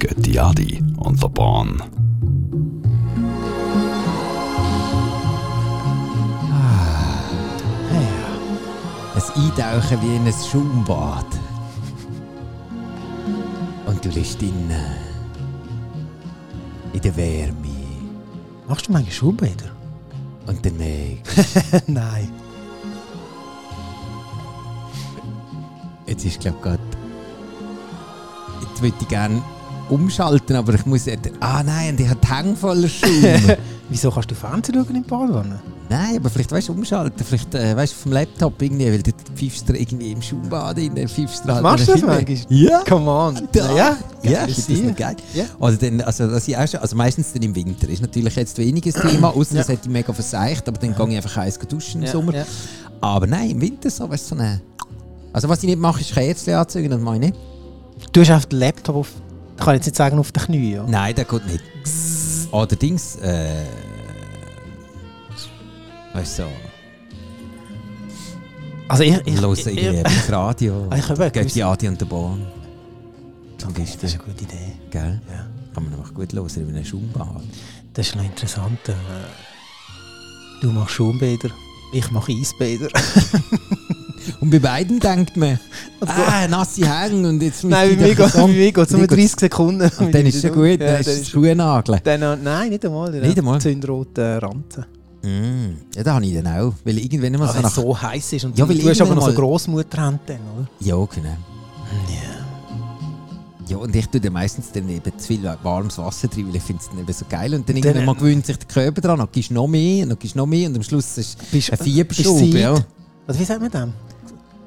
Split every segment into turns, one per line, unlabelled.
Götti Adi on the Bahn.
Ein Eintauchen wie in ein Schaumbad. Und du liegst in, in der Wärme.
Machst du manchmal Schaumbäder?
Und dann äh, merkst
Nein.
jetzt ist glaub grad. Jetzt würde ich gerne umschalten, aber ich muss... jetzt- Ah nein, und ich habe die Hänge voller Schaum.
Wieso kannst du Fernsehen schauen in der Badewanne?
Nein, aber vielleicht weißt du umschalten, vielleicht äh, weißt du vom Laptop irgendwie, weil du pfeifst dir irgendwie im Schaumbad rein, pfeifst dir halt
Machst du
noch
das
rein.
manchmal?
Ja.
Come on.
Ja, ja, ja
ich
ist das
sehe.
nicht geil?
Ja.
Oder dann, also, das ich auch schon, also meistens dann im Winter ist natürlich jetzt weniges Thema, außer es hat die mega verseicht, aber dann gehe ich einfach heiß duschen im
Ja,
Sommer.
ja.
Aber nein, im Winter so, weißt du, so eine... Also was ich nicht mache, ist Kerzen anzügen, das mache ich nicht.
Du hast auf den Laptop auf. Ich kann jetzt nicht sagen auf den Knie. Ja.
Nein, das geht nicht. Oder Dings, äh... Weißt du, so,
Also ich. ich,
los
ich,
irgendwie das Radio,
Ah, ich habe
geht die
gewusst-
Adi und der Bahn, zum
Das
Beispiel,
ist eine gute Idee.
gell?
Ja.
Kann man nämlich gut hören, in einem Schaumbad.
Das ist noch interessant. äh, Du machst Schaumbäder, ich mache Eisbäder.
Und bei beiden denkt man, ah, nasse Hänge und jetzt müsste ich doch
geht-
so-
geht's
Mir geht's-
Sekunden.
Und dann ist es ja gut, dann ist
dann
es gut nageln.
dann noch- nein, nicht einmal. Dann
Nicht einmal?
Zündrote Ranzen.
Mm, ja, das habe ich dann auch. Weil irgendwann mal so
Also wenn
nach...
es so heiß ist und
Ja,
du,
weil
du hast aber noch so
irgendwann
Grossmutterhand dann, oder?
Ja, genau. Ja, und ich tue dann meistens dann eben zu viel warmes Wasser drin, weil ich finde es dann eben so geil. Und dann
Dann-
irgendwann mal gewöhnt sich der Körper dran, dann gibst du noch mehr, dann gibst du noch mehr und am Schluss ist
Bist-
ein Fieberschub,
bist
ja.
Also wie sagt man dem?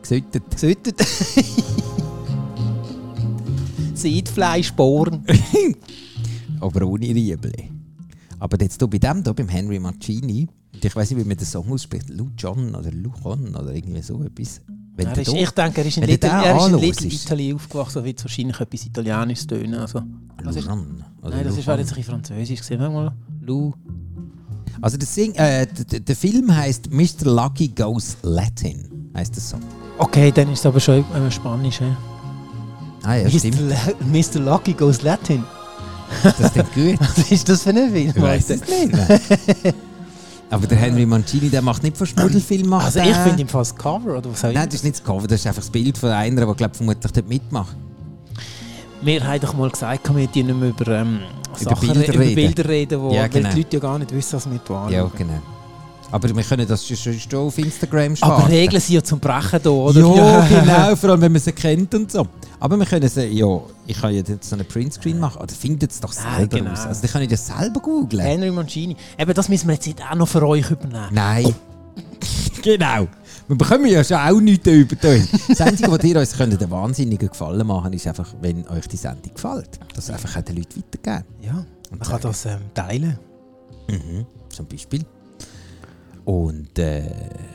Gesüttet.
Gesüttet. Seidfleischbohren.
aber ohne Riebli. Aber jetzt hier bei dem hier, beim Henry Mancini, und ich weiß nicht, wie man den Song ausspricht, Lou John oder Luchon oder irgendwie so etwas. Wenn
Er
der
ist,
da-
ich denke, er ist in
wenn du
Little,
den
er ist in
anhörst,
Little
ist-
Italy aufgewachsen, so wird es wahrscheinlich etwas Italienisches tönen. Also,
Lou
was ist-
John oder
nein, das
Lou
ist halt
John.
jetzt ein bisschen französisch gesehen. Warte mal. Lou.
Also der, Sing, äh, d- d- der Film heißt Mr. Lucky Goes Latin, heißt der Song.
Okay, dann ist es aber schon äh, Spanisch. hä?
Ah ja,
Mr.
stimmt.
La- Mr. Lucky goes Latin.
Das ist dann gut.
Was ist das für ein Film?
Ich weiß es nicht. Aber der Henry Mancini, der macht nicht von Schmuddelfilm macht.
Also ich
er.
finde im Fall das Cover oder was auch
Nein,
immer.
das ist nicht das Cover, das ist einfach das Bild von einer, der glaub, vermutlich dort mitmacht.
Wir haben doch mal gesagt, wir die nicht mehr über, ähm, Sachen,
Bilder
re- über
reden.
Bilder reden, wo,
Ja, genau.
weil die Leute ja gar nicht wissen, was wir planen.
Ja, genau. Aber wir können das schon, schon- schon auf Instagram
Aber
starten.
Regeln sind ja zum Brechen da, oder?
Ja, genau, vor allem wenn man sie kennt und so. Aber wir können sie, ja, ich kann ja jetzt so einen Printscreen machen, oder findet es doch
Nein,
selber
genau.
aus. Also die können das selber googlen.
Henry Mancini. Eben, das müssen wir jetzt nicht auch noch für euch übernehmen.
Nein.
Oh.
genau. Wir bekommen ja schon auch nichts über euch. Das Einzige, was ihr uns könnt, einen wahnsinnigen Gefallen machen ist einfach, wenn euch die Sendung gefällt. Das einfach auch den Leuten weitergeben.
Ja, man kann
sagen.
das ähm, teilen.
Mhm. Zum Beispiel. Und äh,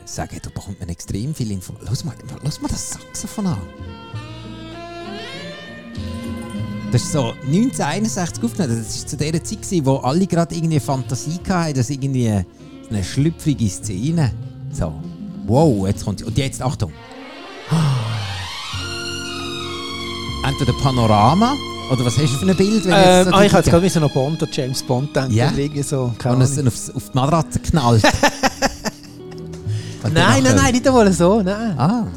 sagen, da bekommt man extrem viel Info. Lass mal, lass mal das Saxophon an. Das ist so 1961 aufgenommen. Das war zu der Zeit, gewesen, wo alle gerade irgendwie Fantasie hatten, dass irgendwie so eine schlüpfrige Szene. So. Wow, jetzt kommt sie. Und jetzt, Achtung. Entweder Panorama oder was hast du für ein Bild? wenn du jetzt
Ähm,
so
ah, ich
die-
hätte gerade so noch Bond oder James Bond denken.
Ja.
oder Irgendwie so, keine
und es
Ahnung.
aufs, auf die Matratze knallt. Und
Nein, nein,
danach-
nein, nicht einmal so. Nein.
Ah,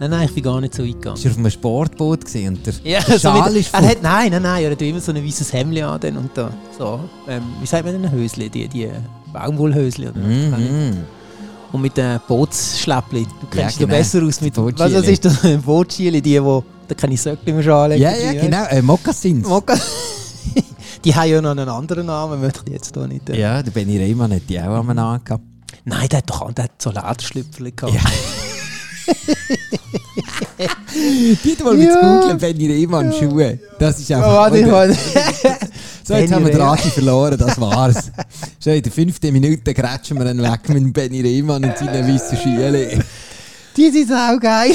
nein, nein, ich bin gar nicht so eingegangen.
ist er auf einem Sportboot gewesen und der,
Ja,
der
so
Schal
mit,
ist
er
voll.
hat, nein, nein, nein, er hat immer so ein weißes Hemd an dann und da, so, ähm, wie sagt man denn, Hösli, die, die Baumwollhösli oder
Mhm.
Und mit den Bootsschläppli, du
Ja,
kennst dich
genau.
ja besser aus mit,
Die
was, was
Bootschiele.
ist das, Bootschiele, die, wo da keine Söckli mehr anlegen.
Ja, ja,
die,
genau, äh, Mokassins.
Mokka- die haben ja noch einen anderen Namen, möchte ich jetzt hier nicht. äh.
ja, der Benny Reimann hat die auch einmal angehabt.
Nein, der hat doch der hat so Lederschlüpfli gehabt.
Ja. Geht mal mit
Ja.
googeln, Benny Reimann Schuhe. Das ist
Oh,
einfach...
warte, ich
oder-
meine-
so, jetzt
Benny
haben wir den
Reimann.
Adi verloren, das war's. Schon in der fünften Minute kratschen wir einen weg mit dem Benny Reimann und seinen weißen Schielen.
die sind auch geil.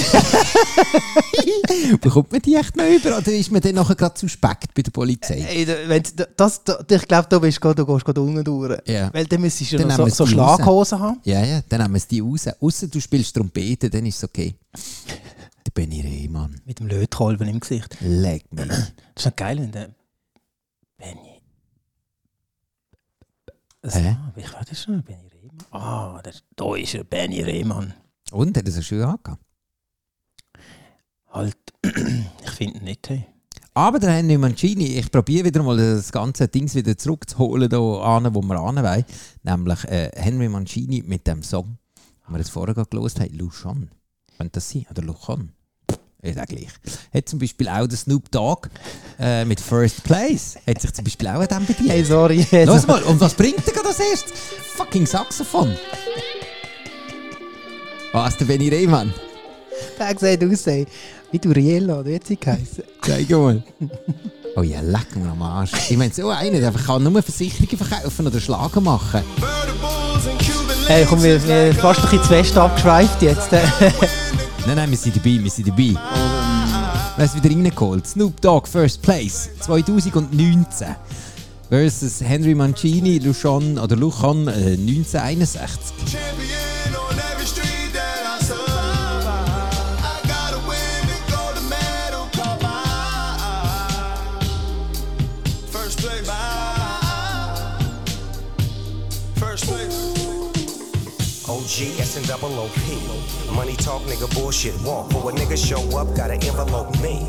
Bekommt man die echt noch über oder ist man dann nachher gerade suspekt bei der Polizei?
Ey, da- wenn's- da- das, da, ich glaube, du, bist grad- du gehst gerade unten durch.
Ja.
Weil dann müsstest du
Dann
noch
nehmen wir
so, so
die
Schlaghosen haben.
Ja, ja, dann nehmen sie die raus. Außer du spielst Trompete, dann ist es okay. Der Benny Rehmann.
Mit dem Lötkolben im Gesicht.
Leg mich.
Das ist doch geil, wenn der Benny. Das,
Hä?
Ah, Wie war das schon? Benny Rehmann? Ah, der, da ist er, Benny Rehmann.
Und, hat er so schön angehabt.
Halt, ich finde ihn nicht. Hey.
Aber der Henry Mancini, ich probiere wieder mal das ganze Dings wieder zurückzuholen, da an, wo wir an wollen. Nämlich äh, Henry Mancini mit dem Song, den wir jetzt vorher gerade gelesen haben, Lucian. Könnte das sein? Oder Lucan? Ist auch gleich. Hat zum Beispiel auch der Snoop Dogg äh, mit First Place. Hat sich zum Beispiel auch an dem bedient.
Hey, sorry.
Los mal, und was bringt dir das erst? Fucking Saxophon. Was, der Benny Rehmann?
Der sieht aus, ey. wie du Riella, oder wie hat sie geheißen?
Zeig mal. Oh ja, leck mir am Arsch. Ich meine, so einer, der einfach kann nur Versicherungen verkaufen oder Schlagen machen.
Hey, komm, wir wir sind fast ein bisschen zu fest abgeschweift jetzt. äh.
Nein, nein, wir sind dabei, wir sind dabei. Wer es wieder reingeholt? Snoop Dogg, First Place, 2019. Versus Henry Mancini, Luchon, oder Luchon, äh, 1961.
Champion on every street that I survive. I gotta win and go to medal Cup. First place. First place.
OG, S and double OP. Money talk, nigga, bullshit walk. But when niggas show up, gotta envelope me.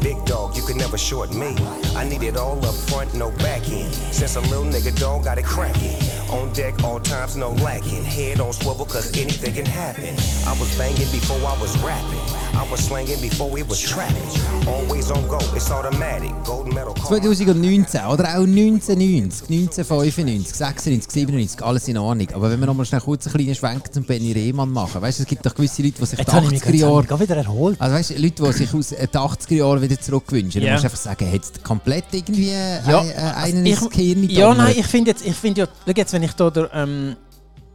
Big dog, you can never short me. I need it all up front, no back end. Since a little nigga dog got it cracking. On deck, all times, no lacking. Head on swivel, cause anything can happen. I was banging before I was rapping. I was slanging before it was trapping. Always on go, it's automatic. Gold medal. car.
2019 oder auch 1990, 1995, 96, 97, alles in Ordnung. Aber wenn wir nochmal schnell kurz einen kleinen Schwenk zum Benny Rehmann machen, weißt du, es gibt doch gewisse Leute, die sich die
Jetzt habe ich mich
80er
gerade- habe
Jahre.
ich mich gerade wieder erholt.
Also weißt du, Leute, die sich aus den 80er Jahren wieder zurückwünschen,
Ja.
du musst einfach sagen, hat es komplett irgendwie äh, äh,
also
einen ins Gehirn
ich, Ja,
gedonnert?
nein, ich finde jetzt, ich finde ja, schau jetzt, wenn ich da, der, ähm,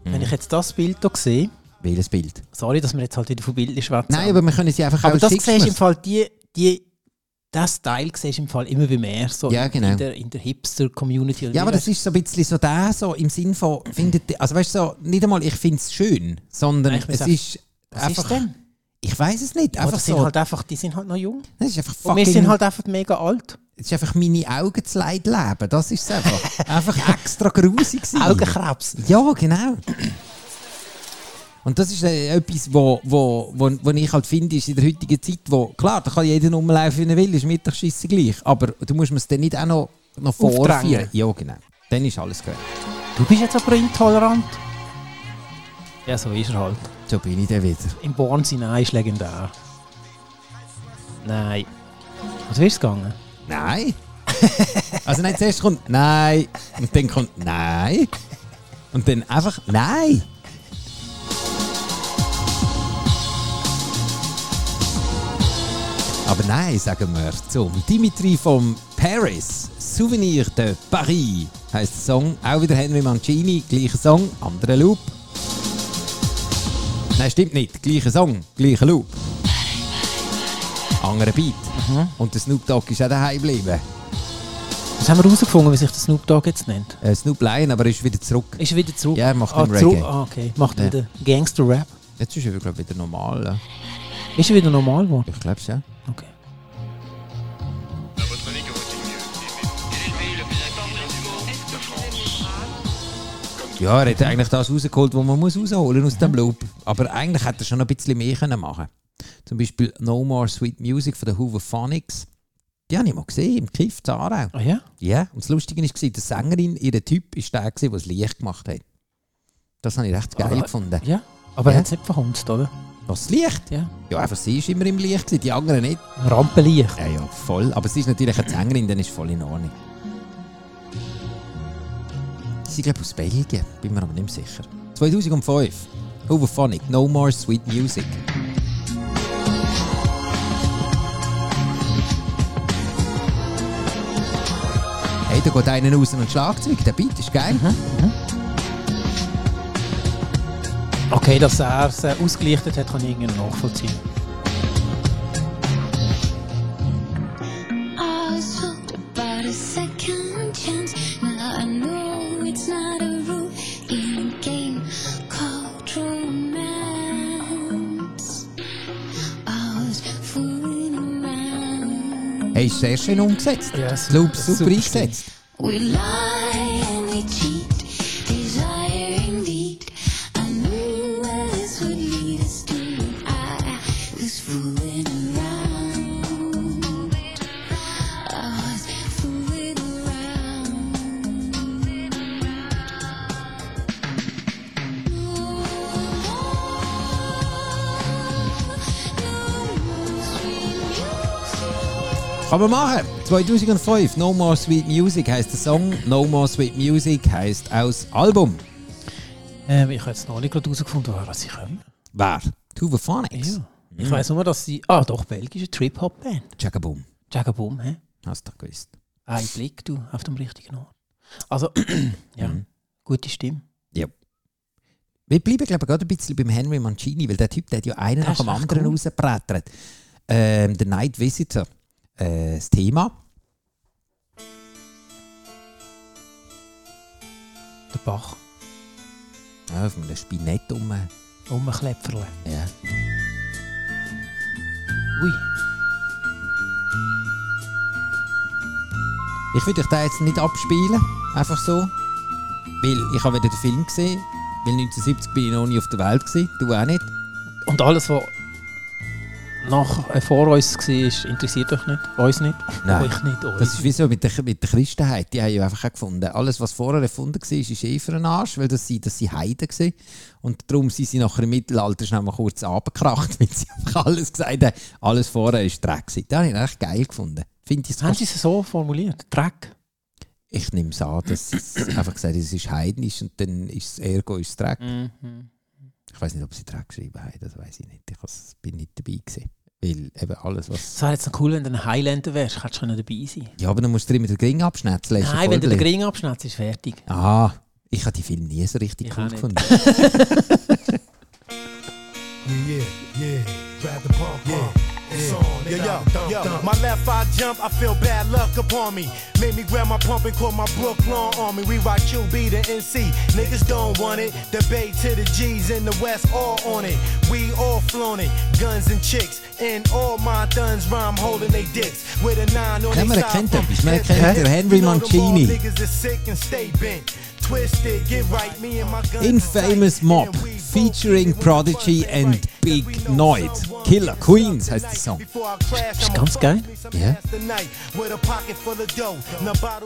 wenn ich jetzt das Bild hier sehe,
Welches Bild?
sorry, dass wir jetzt halt wieder von Bildern schwätzen.
Nein, aber wir können sie einfach
aber
auch
das
schicken
siehst du im
wir's.
Fall, die, die, das Teil siehst du im Fall immer bei mehr, so
Ja, genau.
in der, in der Hipster-Community. oder
Ja, aber
wie
das ist so ein bisschen so der, so im Sinn von, findet, ihr- also weißt du, so, nicht einmal ich finde es schön, sondern
Nein, ich muss
es
sagen,
ist
was ist
einfach,
denn?
ich weiß es nicht,
Oder
einfach
sind
so,
halt einfach, die sind halt noch jung.
das ist einfach
Und wir sind
fucking-
halt einfach mega alt.
Es ist einfach meine Augen zu leid leben. Das ist es einfach. einfach extra grusig gewesen.
Augenkrebs.
Ja, genau. Und das ist äh, etwas, wo, wo, wo, wo ich halt finde, ist in der heutigen Zeit, wo, klar, da kann jeder rumlaufen, wie er will, ist mir doch scheisse gleich. Aber du musst mir es dann nicht auch noch, noch
Aufdrängen.
vorführen. Ja, genau. Dann ist alles gut.
Du bist jetzt aber intolerant. Ja, so ist er halt.
So bin ich dann wieder.
Im Born Sinai ist legendär. Nein. Also, Was wirst du gegangen?
Nein. also nein, zuerst kommt Nein. Und dann kommt Nein. Und dann einfach Nein. Aber nein, sagen wir zum Dimitri vom Paris. Souvenir de Paris heißt der Song. Auch wieder Henry Mancini, gleicher Song, anderer Loop. Nein, stimmt nicht. Gleicher Song, gleicher Loop anderen Beat. Und der Snoop Dogg ist auch daheim geblieben.
Das haben wir herausgefunden, wie sich der Snoop Dogg jetzt nennt.
Äh, Snoop Lion, aber er ist wieder zurück.
Ist wieder zurück.
Ja, er macht
ah,
nicht
zurück-
Reggae.
Ah, okay. Macht
Ja.
wieder Gangster-Rap.
Jetzt ist er, glaube ich, wieder normal. ja.
Ist er wieder normal geworden?
Ich glaube ja.
Okay.
Ja, er hat eigentlich das rausgeholt, was man muss rausholen muss aus dem Loop. Aber eigentlich hätte er schon ein bisschen mehr können machen Zum Beispiel No More Sweet Music von den Hooverphonics. Die habe ich mal gesehen, im Kiff Zarau.
Ah ja?
Ja, und das Lustige war, die Sängerin, ihr Typ, war der, gewesen, der das Licht gemacht hat. Das habe ich recht geil
Aber-
gefunden.
Ja. Aber
Ja.
er hat es nicht verhunzt, oder?
Was, das Licht?
Ja.
Ja, einfach sie war immer im Licht, gewesen, die anderen nicht.
Rampenlicht.
Ja, ja, voll. Aber sie ist natürlich eine Sängerin, dann ist voll in Ordnung. Sie sind, glaube aus Belgien, bin mir aber nicht mehr sicher. 2005. Overphonic, No More Sweet Music. Hey, da geht einer raus und Schlagzeug, der Beat ist geil.
Mhm. Okay, dass er es äh, ausgelichtet hat, kann ich irgendwie noch nachvollziehen.
I was told about a second chance. Now I know it's not a rule in a game called romance. I was
Hey, ist sehr schön umgesetzt.
Ja,
das
super-
Loop super
super
eingesetzt.
We lie and we cheat, desire indeed. I knew where this would lead us to. I was fooling around. I was fooling around.
Kann man machen. 2005, No More Sweet Music heisst der Song. No More Sweet Music heisst auch das Album.
Ähm, ich habe jetzt noch nicht gerade herausgefunden, woher sie kommen.
Wer? Tuva Phonics.
Ja. Mhm. Ich weiss nur, dass sie. Ah, doch, belgische Trip-Hop-Band.
Jagaboom.
Jagaboom, hä?
Hast du doch gewusst.
Ein Blick, du, auf dem richtigen Ort. Also, ja, gute Stimme.
Ja. Wir bleiben, glaube ich, gerade ein bisschen beim Henry Mancini, weil der Typ der hat ja einen
Das
nach dem
ist echt
anderen
cool.
rausgebrettert. Ähm, The Night Visitor. Äh, das Thema.
Der Bach.
Ja, auf einem Spinett um.
Um ein Klepferle.
Ja.
Ui.
Ich würde euch den jetzt nicht abspielen, einfach so. Weil ich habe weder den Film gesehen, weil 1970 bin ich noch nie auf der Welt gewesen, du auch nicht.
Und alles, was nach, äh, vor uns war, interessiert euch nicht. Uns nicht.
Nein.
Euch nicht. Euch.
Das ist wie so mit der, mit der Christenheit. Die haben ja einfach auch gefunden, alles, was vorher erfunden war, ist eh für einen Arsch, weil das, sie- das sind Heiden waren. Und darum sind sie nachher im Mittelalter schnell mal kurz abgekracht, weil sie einfach alles gesagt haben, alles vorher war Dreck. gewesen. Das habe ich echt geil gefunden. Finde ich,
Haben
es-
sie es so formuliert? Dreck.
ich nehme es an, dass sie es einfach gesagt haben, es ist heidnisch und dann ist es ergo ist Dreck.
Mm. Mhm.
Ich weiß nicht, ob sie Dreck geschrieben haben, das weiß ich nicht. Ich has- bin nicht dabei gewesen. Weil eben alles, was...
Es wäre jetzt noch cool, wenn du ein Highlander wärst. Hättest du können dabei sein
Ja, aber dann musst du dir immer den Gring abschnetzeln. ist ja
Nein, wenn du den
voll-
Gring abschneidest, ist fertig.
Ah, ich habe die Filme nie so richtig
Ich
cool
auch nicht.
gefunden.
Yeah, yeah.
Grab the pump, yeah. It's on,
Yeah,
it
yo,
up, dump,
yo,
dump.
my left eye jump, I feel bad luck upon me. Made me grab my pump and call my Brooklyn on me. We rock QB to NC. Niggas don't want it. The Bay to the G's in the West, all on it. We all flown it. Guns and chicks. And all my thuns rhyme holding they dicks. With a nine on
Ja, man
their
erkennt
side.
etwas. Man erkennt den Henry
You know them all
Mancini.
niggas is sick and stay bent. Twisted, get right, me and my guns are tight.
Infamous Mob featuring Prodigy and Big Noid. Killer Queens heißt der Song.
Ist ganz geil.
Ja.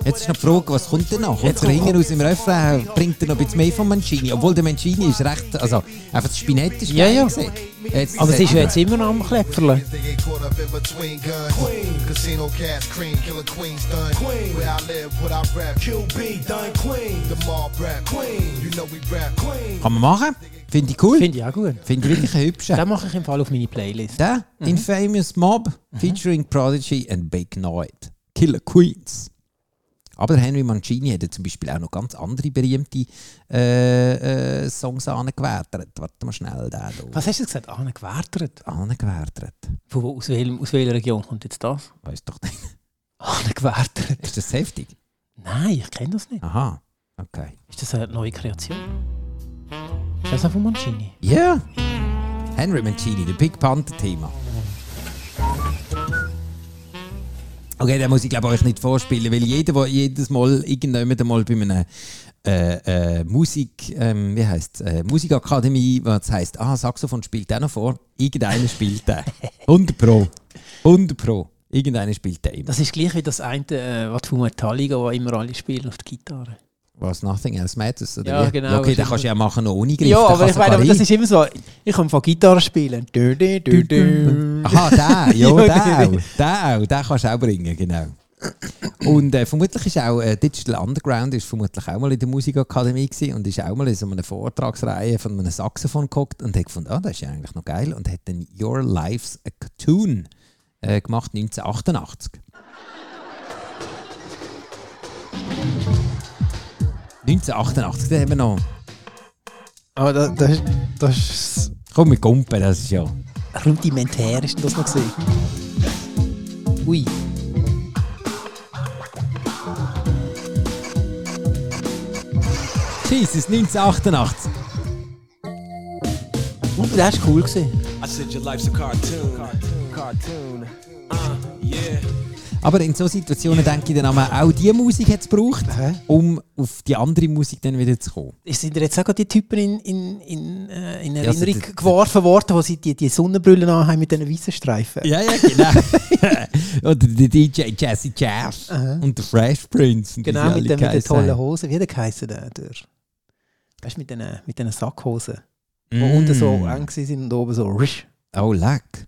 Jetzt ist noch die Frage, was kommt denn noch? Kommt
Jetzt
er
kommt-
hinten aus dem Refrain, bringt er noch ein bisschen mehr vom Mancini? Obwohl der Mancini ist recht, also einfach das Spinett ist
Ja,
geil
ja.
gewesen. Jetzt
Aber es ist ja jetzt
sagt
immer noch am Klepferle.
They get caught up in between guns. Queen. Casino cats, cream, killer queens done.
Queen.
Where I live, what I rap.
QB done queen.
The mob rap.
Queen.
You know we rap. Queen.
er. Kann man machen? Finde ich cool.
Finde ich auch gut.
Finde ich wirklich einen hübschen.
Den mache ich im Fall auf meine Playlist.
Der Infamous Mob
Mhm.
featuring Prodigy and Big Noid. Killer Queens. Aber der Henry Mancini hat ja zum Beispiel auch noch ganz andere berühmte äh, äh, Songs angewertet. Warte mal schnell, der hier.
Was hast du gesagt? Ah, gewertert.
Angewertet.
Von wo, aus, welchem, aus welcher Region kommt jetzt das?
Weißt doch nicht.
Ah, gewertert.
Ist das heftig?
Nein, ich kenne das nicht.
Aha. Okay.
Ist das eine neue Kreation? Ist das auch von Mancini?
Ja. Henry Mancini, der Big Panther-Thema. Okay, den muss ich glaube euch nicht vorspielen, weil jeder, der jedes Mal irgendjemand mal bei einer äh, äh, Musik, ähm, wie heißt äh, Musikakademie, was heißt, ah, Saxophon spielt der noch vor, irgendeiner spielt den. 100 pro. 100 pro. Irgendeiner spielt den immer.
Das ist gleich wie das eine, äh, was von Metallica, wo immer alle spielen auf der Gitarre.
Was, Nothing Else Matters? Oder
Ja,
wie?
genau,
Okay, den
wahrscheinlich.
kannst du ja machen noch ohne Griff.
ja,
den
aber
kann
ich meine,
sogar
aber das ist immer so, ich kann von Gitarre spielen. Dö, dö, dö, dö.
Aha, der, ja,
Ja,
der
genau.
auch. Der auch, den kannst du auch bringen, genau. Und äh, vermutlich ist auch äh, Digital Underground ist vermutlich auch mal in der Musikakademie gewesen und ist auch mal in so einer Vortragsreihe von einem Saxophon geguckt und hat gefunden, ah, das ist ja eigentlich noch geil und hat dann Your Life's a Cartoon äh, gemacht 1988. 1988, da haben wir noch.
Aber das, das, das ist
Komm, wir gumpen, das ist ja.
rudimentär, ist das noch gesehen? Ui.
Jesus, 1988.
Uh, das ist cool gewesen.
I said your life's a cartoon. Cartoon. Uh, yeah.
Aber in solchen Situationen denke ich dann auch, auch diese Musik hat es gebraucht, um auf die andere Musik dann wieder zu kommen.
Sind dir jetzt auch gerade die Typen in, in, in, äh, in
also
Erinnerung
der-
geworfen worden, wo sie die, die Sonnenbrille anhaben mit diesen weißen Streifen?
Ja, ja, genau. Oder der DJ Jazzy Jeff und der Fresh Prince. und wie sie
Genau,
alle
mit den, mit den
geheissen
tollen
haben.
Hosen. Wie hat der geheissen, der? der weißt du, mit den, mit den Sackhosen, die
Mm.
unten so eng sind und oben so. risch.
Oh, leck.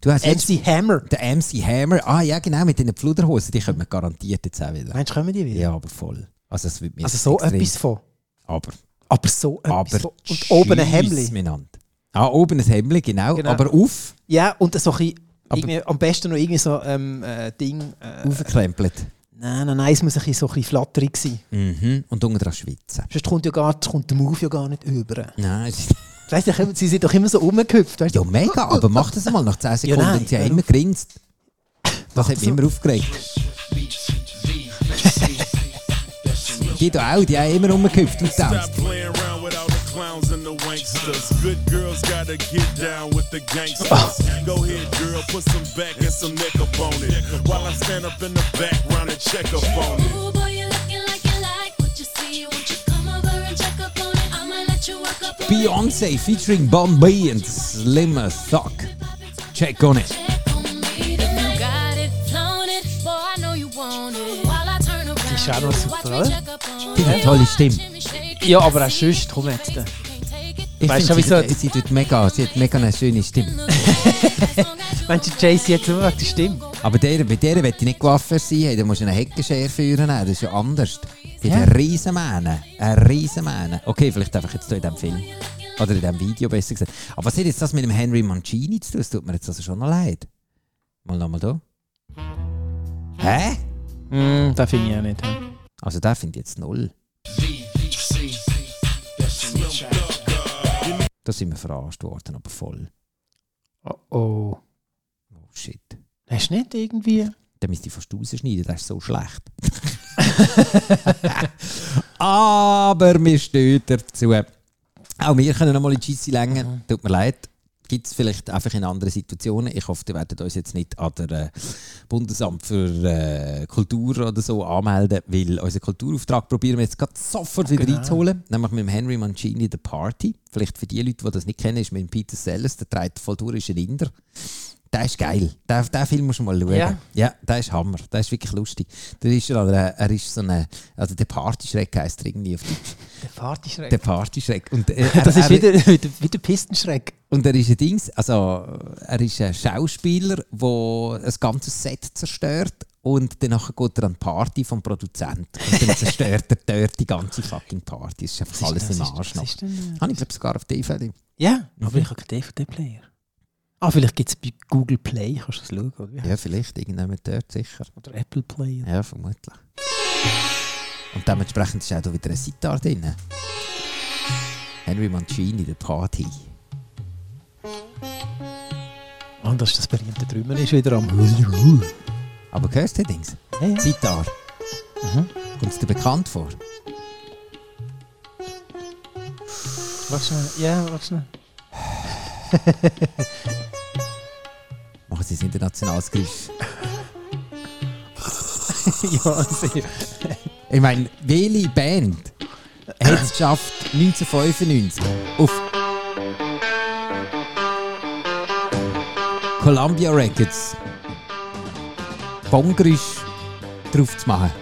Du hast jetzt
MC Hammer.
den MC Hammer. Ah, ja, genau, mit den Pluderhosen. Die könnte man garantiert jetzt auch wieder.
Meinst du, kommen die wieder?
Ja, aber voll. Also, es wird mir
Also so
extrem-
etwas von.
Aber,
Aber so
aber
etwas von. Und oben ein
schiess
Hemdli.
miteinander. Ah, oben ein Hemdli, genau.
Genau.
Aber auf,
Ja, und so ein bisschen,
Aber-
irgendwie, am besten noch irgendwie so ähm, äh, Ding. Äh,
aufgekrempelt.
nein, nein, nein, es muss ein bisschen, so ein bisschen flatterig sein.
Mhm. Und unten dran schwitzen.
Sonst kommt, ja gar, kommt der Move ja gar nicht über.
Nein, es ist-
Weißt du, sie sind doch immer so rumgehüpft. Weißt du?
ja mega, aber mach das mal nach 10 Sekunden.
nein, Also-
und sie haben
hör
immer gegrinst. Das hat mich
das
immer aufgeregt. Die da auch, die haben immer rumgehüpft und getanzt.
Stop playing around with all the clowns and the wanksters. Good girls gotta get down with the
Oh.
gangsters. Go ahead, girl, put some back and some neck up on it. While I stand up in the background and check up on it.
Ooh, Oh, boy, you're looking like you like what you see. Won't you come over and check up on it? I'ma let you work up on it.
Beyoncé featuring Bon B and Slimmer Thug. Check on it.
Check on me tonight. You got it, flown it. Boy, I know you want it. While I turn around,
Die Shadow ist
watch
super,
me
oder?
check up on
Die hat eine
it.
tolle Stimme.
Ja, aber auch sonst, komm jetzt.
Ich
Weißt
find,
du,
sie,
wieso-
sie, sie tut mega, sie hat mega eine schöne Stimme.
Meinst du, Jay-Z jetzt nur wegen der Stimme?
Aber der, bei der will ich nicht Waffe sein, hey, da musst du eine Heckenschere führen, das ist ja anders. Sie
Ja.
hat eine riesen Mähne, eine riesen Mähne. Okay, vielleicht einfach jetzt hier in diesem Film. Oder in diesem Video besser gesagt. Aber was hat jetzt das mit dem Henry Mancini zu tun? Das tut mir jetzt also schon noch leid. Mal nochmal da. Hä?
Mm, das finde ich auch nicht. ja.
Also der finde ich jetzt null. Da sind wir verarscht worden, aber voll.
Oh oh.
Oh shit.
Hast du nicht irgendwie.
Dann müsste ich fast rausschneiden, das ist so schlecht. Aber wir stehen dazu. Auch wir können nochmal in die Scheisse
Mhm.
längen. Tut mir leid. Gibt es vielleicht einfach in anderen Situationen. Ich hoffe, ihr werdet uns jetzt nicht an der äh, Bundesamt für äh, Kultur oder so anmelden, weil unseren Kulturauftrag probieren wir jetzt gerade sofort wieder
Genau.
einzuholen. Nämlich mit dem Henry Mancini, The Party. Vielleicht für die Leute, die das nicht kennen, ist mit dem Peter Sellers, der trägt voll durch, ist ein Inder. Der ist geil. Den, den Film musst du mal schauen.
Ja.
Ja, der ist Hammer. Der ist wirklich lustig. Der ist ja, er, er ist so eine, also der Partyschreck heisst er irgendwie auf Deutsch.
Der Partyschreck.
Der Partyschreck. Und, äh, er,
das ist
er,
wieder, wieder, wieder Pistenschreck.
und er ist ein Dings, also er ist ein Schauspieler, der ein ganzes Set zerstört und danach geht er an die Party vom Produzent und dann zerstört er dort die ganze fucking Party. Es ist einfach alles im Arsch noch.
äh,
Habe ich glaube sogar auf DVD.
Ja,
Mhm.
aber ich habe keinen DVD-Player. Ah, vielleicht gibt es bei Google Play, kannst du es schauen, oder?
Ja, vielleicht irgendjemand dort, sicher.
Oder Apple Play.
Ja, vermutlich. Und dementsprechend ist auch da wieder eine Sitar drin. Henry Mancini, der Party.
Und Ah, das ist das berühmte Trümmer ist wieder am.
Aber hörst du die Dings?
Ja, ja. Mhm.
Sitar. Kommt es dir bekannt vor?
Warte schnell. Ja, warte schnell.
Machen sie ein internationales Griff.
ja, sehr.
Ich meine, welche Band hat es geschafft, 1995 auf Columbia Records Bongrüsch drauf zu machen?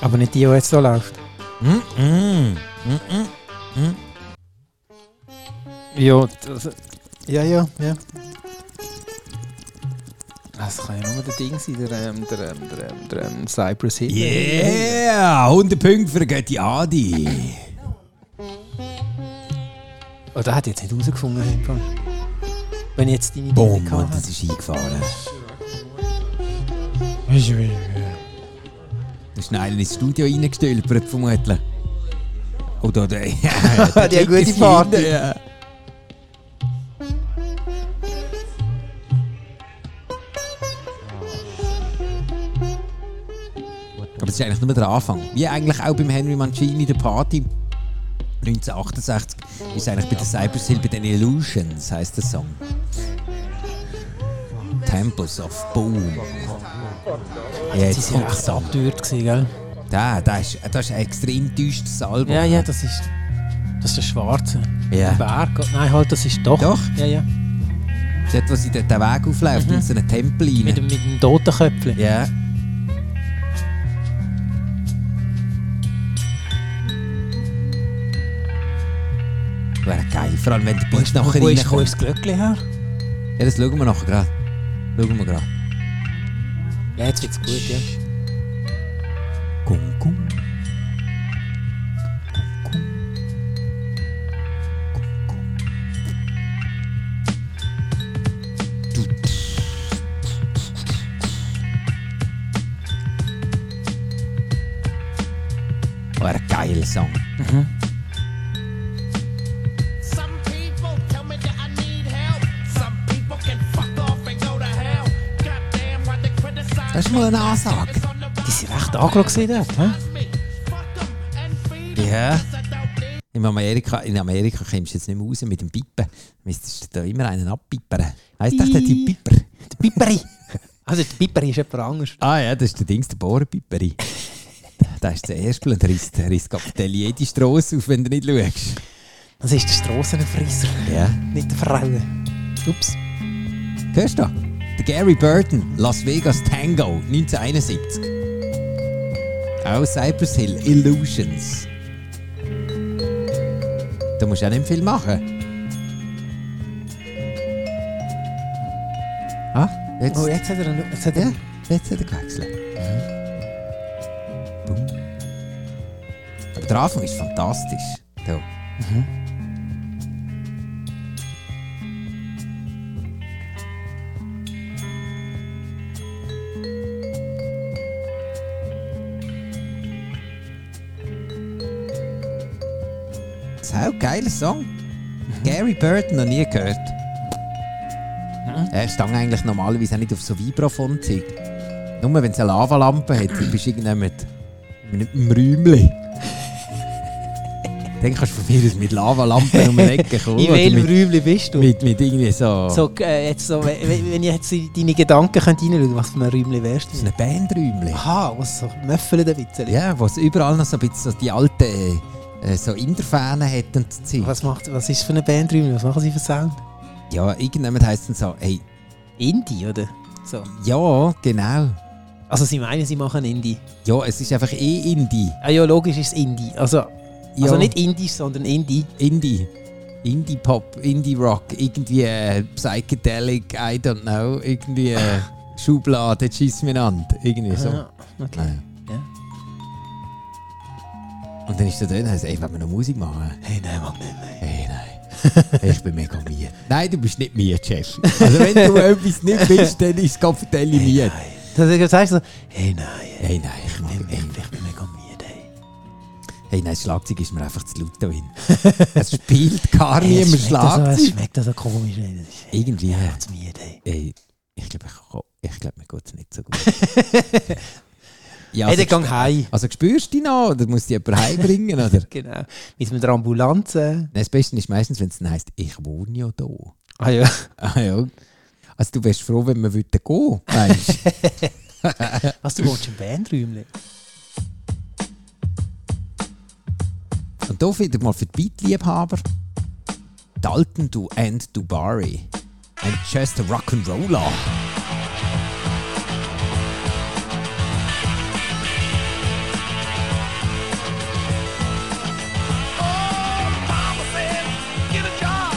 Aber nicht die, die jetzt so läuft. Ja, das, ja, ja, ja. Das kann ja nur der Ding sein, der, ähm, der, ähm, der, ähm, der ähm, Cypress Hill.
Yeah! 100 Punkte für Götti Adi.
Oh, der hat jetzt nicht rausgefunden. im Fall. Wenn ich jetzt deine
Boom,
Idee
und das ist eingefahren. Da ist einer ins Studio reingestülpert, vermutlich. Oder der. der
Die haben
Klick
gute
ist
Party.
hinten, ja. Aber das ist eigentlich nur der Anfang. Wie eigentlich auch beim Henry Mancini, der Party. 1968 ist eigentlich bei der Cypress Hill bei den Illusions, heisst der Song. Temples of Boom. Jetzt
Die waren
kommt
echt
Sam.
abgeteuert, gewesen, gell?
Der, der ist, das ist ein extrem düstes Album.
Ja, ja, das ist. Das ist der Schwarze.
Ja.
Der Bär. geht- Nein, halt, das ist doch.
Doch.
Ja, ja.
Dort, wo sie den den Weg aufläuft, in so einen Tempel rein.
Mhm. Mit, dem- mit dem Totenköpfchen.
Ja. Wäre geil, vor allem wenn der Beat nachher
Wo ist, wo
reinkommt.
ist das Glöckchen her?
Ja, das schauen wir nachher gerade. Schauen wir gerade.
Ja, jetzt wird's gut, ja.
Kum, kum. Wäre ein geiler Song. Mhm.
Some people tell me that I need help. Some people can fuck off and go to hell. Goddamn, why they criticize
Das ist mal eine Ansage.
on the
Die sind recht aggro gewesen dort, hä?
me. Fuck them and feed
Ja.
'em, 'cause I don't need
In Amerika, in Amerika kommst du jetzt nicht mehr raus mit dem Pippen. Müsstest du da immer einen abpippern. Heißt das der die
Piep.
Pipper?
Der Piperi. Also, der Piperi ist jemand anders.
Ah ja, das ist der Dings, der Bohrenpipperi. Da ist der erste und riss, riss Kapitell jede Strasse auf, wenn du nicht schaust.
Das ist der Strassenfrisser,
Ja.
nicht der Fralle. Ups.
Hörst du? Der Gary Burton, Las Vegas Tango, 1971. Auch Cypress Hill, Illusions. Da musst du auch nicht viel machen. Ah, jetzt.
Oh, jetzt hat er einen. Jetzt hat er
Ja, jetzt hat er gewechselt. Bum. Aber der Anfang ist fantastisch. Da. Sau geiler Song. Gary Burton noch nie gehört. Er stand eigentlich normalerweise auch nicht auf so Vibrafon-Zeug. Nur wenn es eine Lavalampe hat, dann bist du irgendwann mit, mit einem Räumchen. Dann kannst du von mir aus mit Lavalampen um die Ecke kommen.
In
oder
welchem
mit,
Räumchen bist du?
mit, mit irgendwie so... So,
So, äh, jetzt so, wenn, wenn wenn ich jetzt in deine Gedanken könnte reinschauen was für ein Räumchen wärst du.
ein Bandräumchen.
Aha, was so Möffeln ein bisschen.
Ja, wo es überall noch so ein bisschen so die alten äh, so Interfänen hat und so Zeug.
Was, macht, was ist das für ein Bandräumchen? Was machen sie für Sound?
Ja, irgendjemand heisst dann so, hey,
Indie, oder? So.
ja, genau.
Also sie meinen, sie machen Indie.
Ja, es ist einfach eh Indie.
Ah ja, logisch ist es Indie. Also,
Ja,
also nicht Indisch, sondern Indie.
Indie. Indie-Pop, Indie-Rock, irgendwie äh, Psychedelic, I don't know, irgendwie äh, Schublade, schieß mir an. Irgendwie so.
Ah, okay.
Nein.
Ja.
Und dann ist er drin und sagt, ey, wollen wir noch Musik machen?
Hey, nein, Mann, nein, nein.
Hey, nein. ich bin mega müde. Nein, du bist nicht müde, Chef. Also wenn du etwas nicht willst, dann ist Kapitel müde.
Das ist- das heißt so, hey, nein,
Hey, nein, ich mag
ich
ey,
bin, ich bin mega müde. ey.
hey, nein, das Schlagzeug ist mir einfach zu laut da drin. Es spielt gar
Hey, es
niemand
schmeckt das so- Es
Schlagzeug.
schmeckt das so komisch. ey. Das ist
Irgendwie,
echt müde. ey.
ey, ich glaube, ich, kann- ich glaub, mir geht es nicht so gut. ja,
Hey,
also,
dann gang heim.
also spürst du dich noch oder musst du jemanden heimbringen? Oder? Nein,
Genau. Mit einer Ambulanz. Äh.
das Beste ist meistens, wenn es dann heisst, ich wohne ja da.
Ah ja.
Ah, ja. Also du wärst froh, wenn wir würden gehen, meinst du?
Was, du wohnst im Bandräumchen?
Und da wieder mal für die Beatliebhaber. Dalton Du and Dubari. And just a Rock'n'Roller.
Mama said, get a job.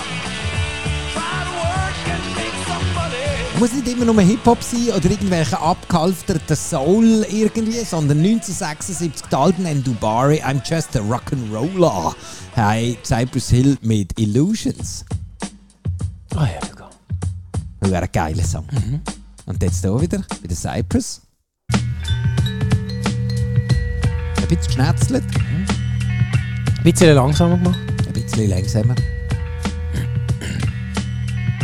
Try to work and make some money.
Muss nicht immer nur Hip-Hop sein oder irgendwelche abgehalfterten Soul irgendwie, sondern 1976 Dalton and Dubari, I'm just a Rock'n'Roller. Hey, Cypress Hill mit Illusions.
Ah ja, egal.
Das wäre ein geiler Song. Und jetzt hier wieder, bei der Cypress. Ein bisschen geschnetzelt,
Ein bisschen langsamer gemacht.
ein bisschen langsamer.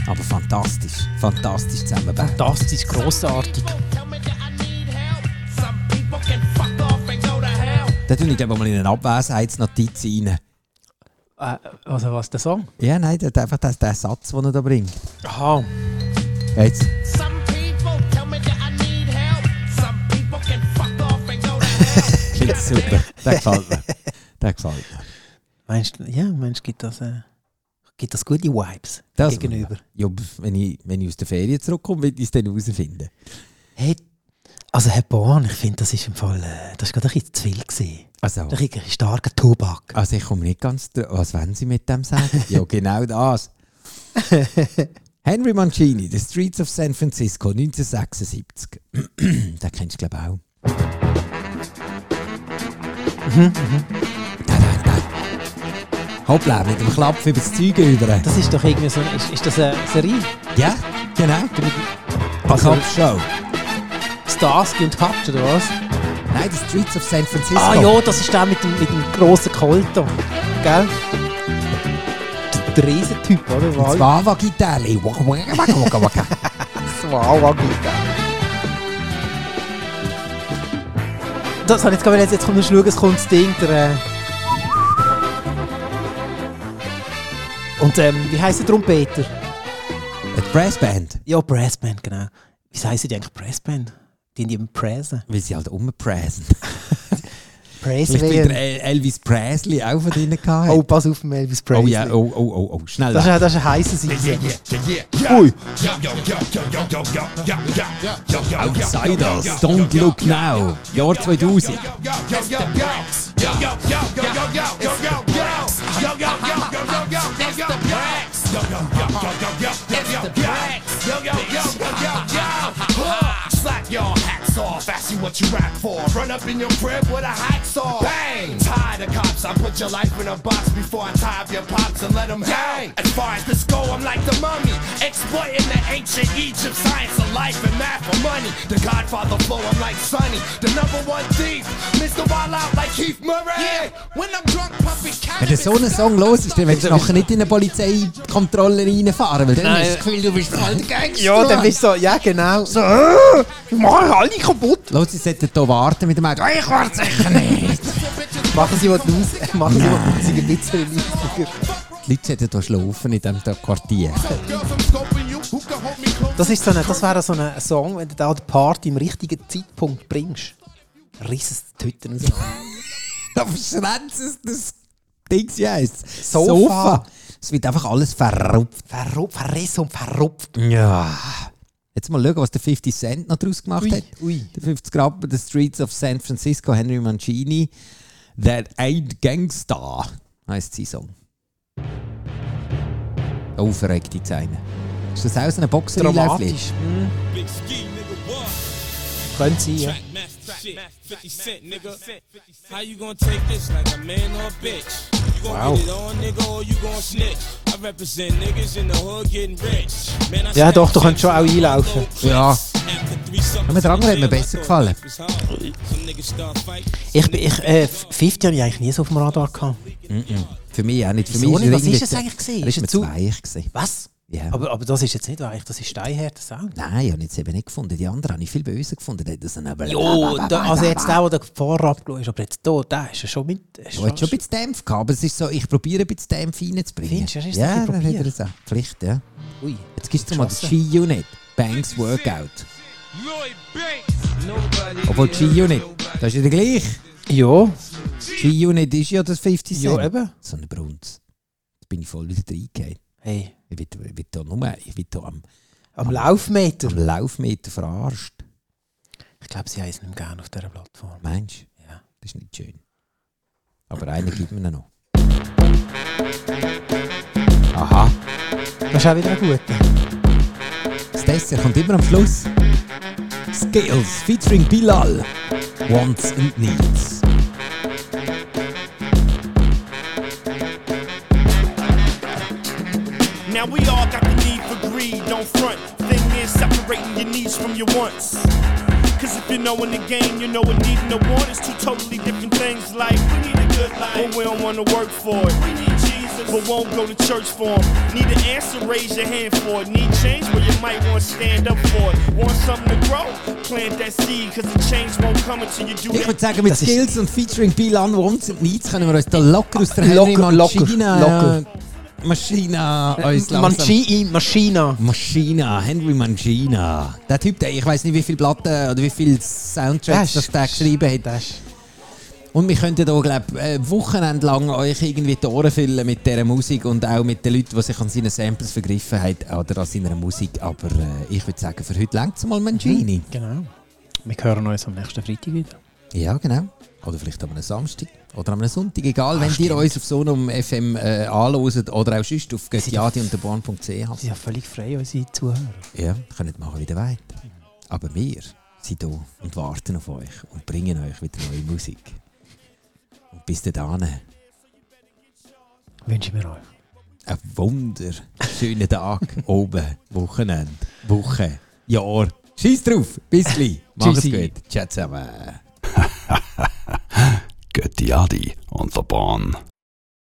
Aber fantastisch, fantastisch zusammengebaut.
Fantastisch, grossartig.
Tell me that I need help. Some people can fuck off and go to hell.
Da tue ich glaube ich, mal in eine Abwesenheitsnotiz rein.
Äh, also was, der Song?
Ja, nein, das, einfach das, der Satz, den er da bringt.
Aha.
Ja, Jetzt.
Some people
Super, der gefällt mir. Der gefällt mir.
Meinst du, ja, meinst du, gibt das, äh, gibt das gute Vibes
Das
gegenüber?
Ja, pf, wenn, ich, wenn ich aus der Ferien zurückkomme, werde ich es dann herausfinden.
Hey, also Herr Born, ich finde, das ist im Fall, äh, das ist gerade ein bisschen zu viel gewesen.
Also,
Ein bisschen starker Tobak.
also ich komme nicht ganz drauf. Was wollen Sie mit dem sagen? ja, genau das. Henry Mancini, The Streets of San Francisco, 1976. den kennst du, glaube ich, auch.
Mhm,
Da, da, da. Hoppla, mit dem Klapp über das Zeug rüber.
Das ist doch irgendwie so, ist, ist das eine Serie?
Ja, genau.
Also-
Kopfshow.
Starsky und Hutch oder was?
Nein, The Streets of San Francisco.
Ah ja, das ist der mit dem, mit dem grossen Colton. Gell? Der- Der Riesentyp, oder?
Das
Wow,
Wawa-Gitarre. Waka, waka, waka, waka, waka.
wow, Das habe ich jetzt gerade jetzt kommt schauen, es kommt das Ding, der... Äh und ähm, wie heisst der Trompeter?
Eine Brassband.
Ja, Brassband, genau. Wie heissen die eigentlich Brassband? Die in jedem Pressen.
Weil sie halt umpressen. Vielleicht wieder
Pressband.
El- Elvis Presley auch von denen gehabt.
Oh,
hat.
pass auf, Elvis Presley.
oh ja, oh, oh, oh, oh. Schnell.
Das
weg.
ist, das ist ein heißer Season.
Outsiders, don't look now. Jahr 2000.
Slap your hats off, ask you what you rap for. Run up in your crib with a hot saw. Bang! Tired of cops, I put your life in a box before I tie up your pops and let them hang. As far as this go, I'm like the mummy. Exploiting the ancient Egypt, science of life and math for money. The godfather flow, I'm like Sonny. The number one thief, Mr. Wild Out like Keith Murray. When I'm drunk, pumping
Wenn du so einen Song los ist, dann willst du nachher nicht in eine Polizeikontrolle reinfahren, weil dann
Nein.
hast du das Gefühl, du bist halt Gangster.
Ja, dann bist du so, ja genau. So, äh, ich mache alle kaputt.
Los, sie sollten hier warten mit dem Auto. Ich warte sicher nicht.
Machen sie was aus, äh, machen sie was aus, ein bisschen lustiger.
Die Leute sollten hier schlafen in diesem Quartier.
Das, ist so eine, das wäre so ein Song, wenn du da den Part im richtigen Zeitpunkt bringst. Riss es die Tüten raus.
Aber Schwänzes, das Ding wie heisst
Sofa.
Es wird einfach alles verrupft.
Verrupft, verrissen und verrupft.
Ja. Jetzt mal schauen, was der 50 Cent noch daraus gemacht
Ui,
hat.
ui.
Der 50 Rappen, The Streets of San Francisco, Henry Mancini. That ain't Gangsta, heisst sein Song. Oh, verreckte Zeine. Ist das auch so eine boxer
Dramatisch. Hm. Könnte sein, ja.
How you gonna take this like a man or a bitch? You gonna get it on, nigga, or you gonna snitch? I represent niggas in the hood getting rich. Man, I
Ja, doch, du könntest schon auch einlaufen.
Ja.
Aber
Aber der andere hat mir besser gefallen.
Ich, bin- ich, äh, 50 habe ich eigentlich nie so auf dem Radar gehabt.
Für mich auch nicht. Für
Wieso
mich
nicht? Was
irgendwie
ist das
zu-
eigentlich gewesen?
Er
Ist
ist
er
mir
zu-
zu weich. gewesen.
Was?
Ja.
Aber, aber das ist jetzt nicht eigentlich, das ist steinharter Sound.
Nein, ich habe jetzt eben nicht gefunden. Die anderen habe ich viel böser gefunden. Die hat Das aber
Jo, da, also jetzt der, der vorher abgeschaut ist, aber jetzt hier, der ist ja schon mit. Ist
Du hast schon ein bisschen Dämpf gehabt, aber es ist so, ich probiere ein bisschen Dämpf reinzubringen.
Findest du, hast du es
ja,
ein bisschen
dann hat er
probiert?
es auch. Pflicht, ja.
Ui.
Jetzt gibst du mal die
Geschossen.
G-Unit. Banks Workout. Obwohl G-Unit, das ist ja der gleich.
Ja,
G-Unit ist ja das 50 Cent.
ja eben.
So eine Brunz. Jetzt bin ich voll wieder reingegangen.
Hey,
Ich bin, ich bin da nur, ich bin da am,
am Laufmeter.
am Laufmeter verarscht.
Ich glaube, sie heißen nicht mehr gerne auf dieser Plattform.
Mensch,
Ja.
das ist nicht schön. Aber einer gibt mir noch. Aha.
Das ist auch wieder ein guter.
Das Dessert kommt immer am Schluss. Scales featuring Bilal. Wants and Needs.
Now we all got the need for greed, don't front. Thing is separating your needs from your wants. Cause if you know in the game, you know what need and a want is two totally different things. Like we need a good life, but we don't wanna work for it. We need Jesus, but won't go to church for him. Need an answer, raise your hand for it. Need change, well you might wanna stand up for it. Want something to grow? Plant that seed, cause the change won't come until you do
Ich
that.
würde sagen, mit
Das ist-
Skills und featuring Bilal, Wants and Needs können wir uns da locker aus der Henry
Locker, locker,
Mancina...
locker. Äh,
Maschina, uns langsam...
Manchi Maschina.
Maschina, Henry Mancina. Der Typ, der, ich weiß nicht, wie viele Platten oder wie viele Soundtracks das der geschrieben hat.
Das ist
Und wir könnten auch, glaube ich, Wochenende lang euch irgendwie die Ohren füllen mit dieser Musik und auch mit den Leuten, die sich an seinen Samples vergriffen haben oder an seiner Musik. Aber äh, ich würde sagen, für heute längt es mal Mangini.
Genau. Wir hören uns am nächsten Freitag wieder.
Ja, genau. Oder vielleicht am Samstag oder am Sonntag. Egal,
Ah,
wenn ihr uns auf Sonum FM äh, anhört oder auch sonst auf göttiadi und
Sie sind ja völlig frei, unsere Zuhörer.
Ja, könnt machen wieder weit. Aber wir sind da und warten auf euch und bringen euch wieder neue Musik. Und bis dahin.
Wünsche ich mir euch.
einen wunderschönen Tag oben, Wochenende, Woche, Jahr. Scheiß drauf, bis gleich. Mach's
Tschüssi.
gut. Ciao zusammen.
Göttiadi on the Bahn.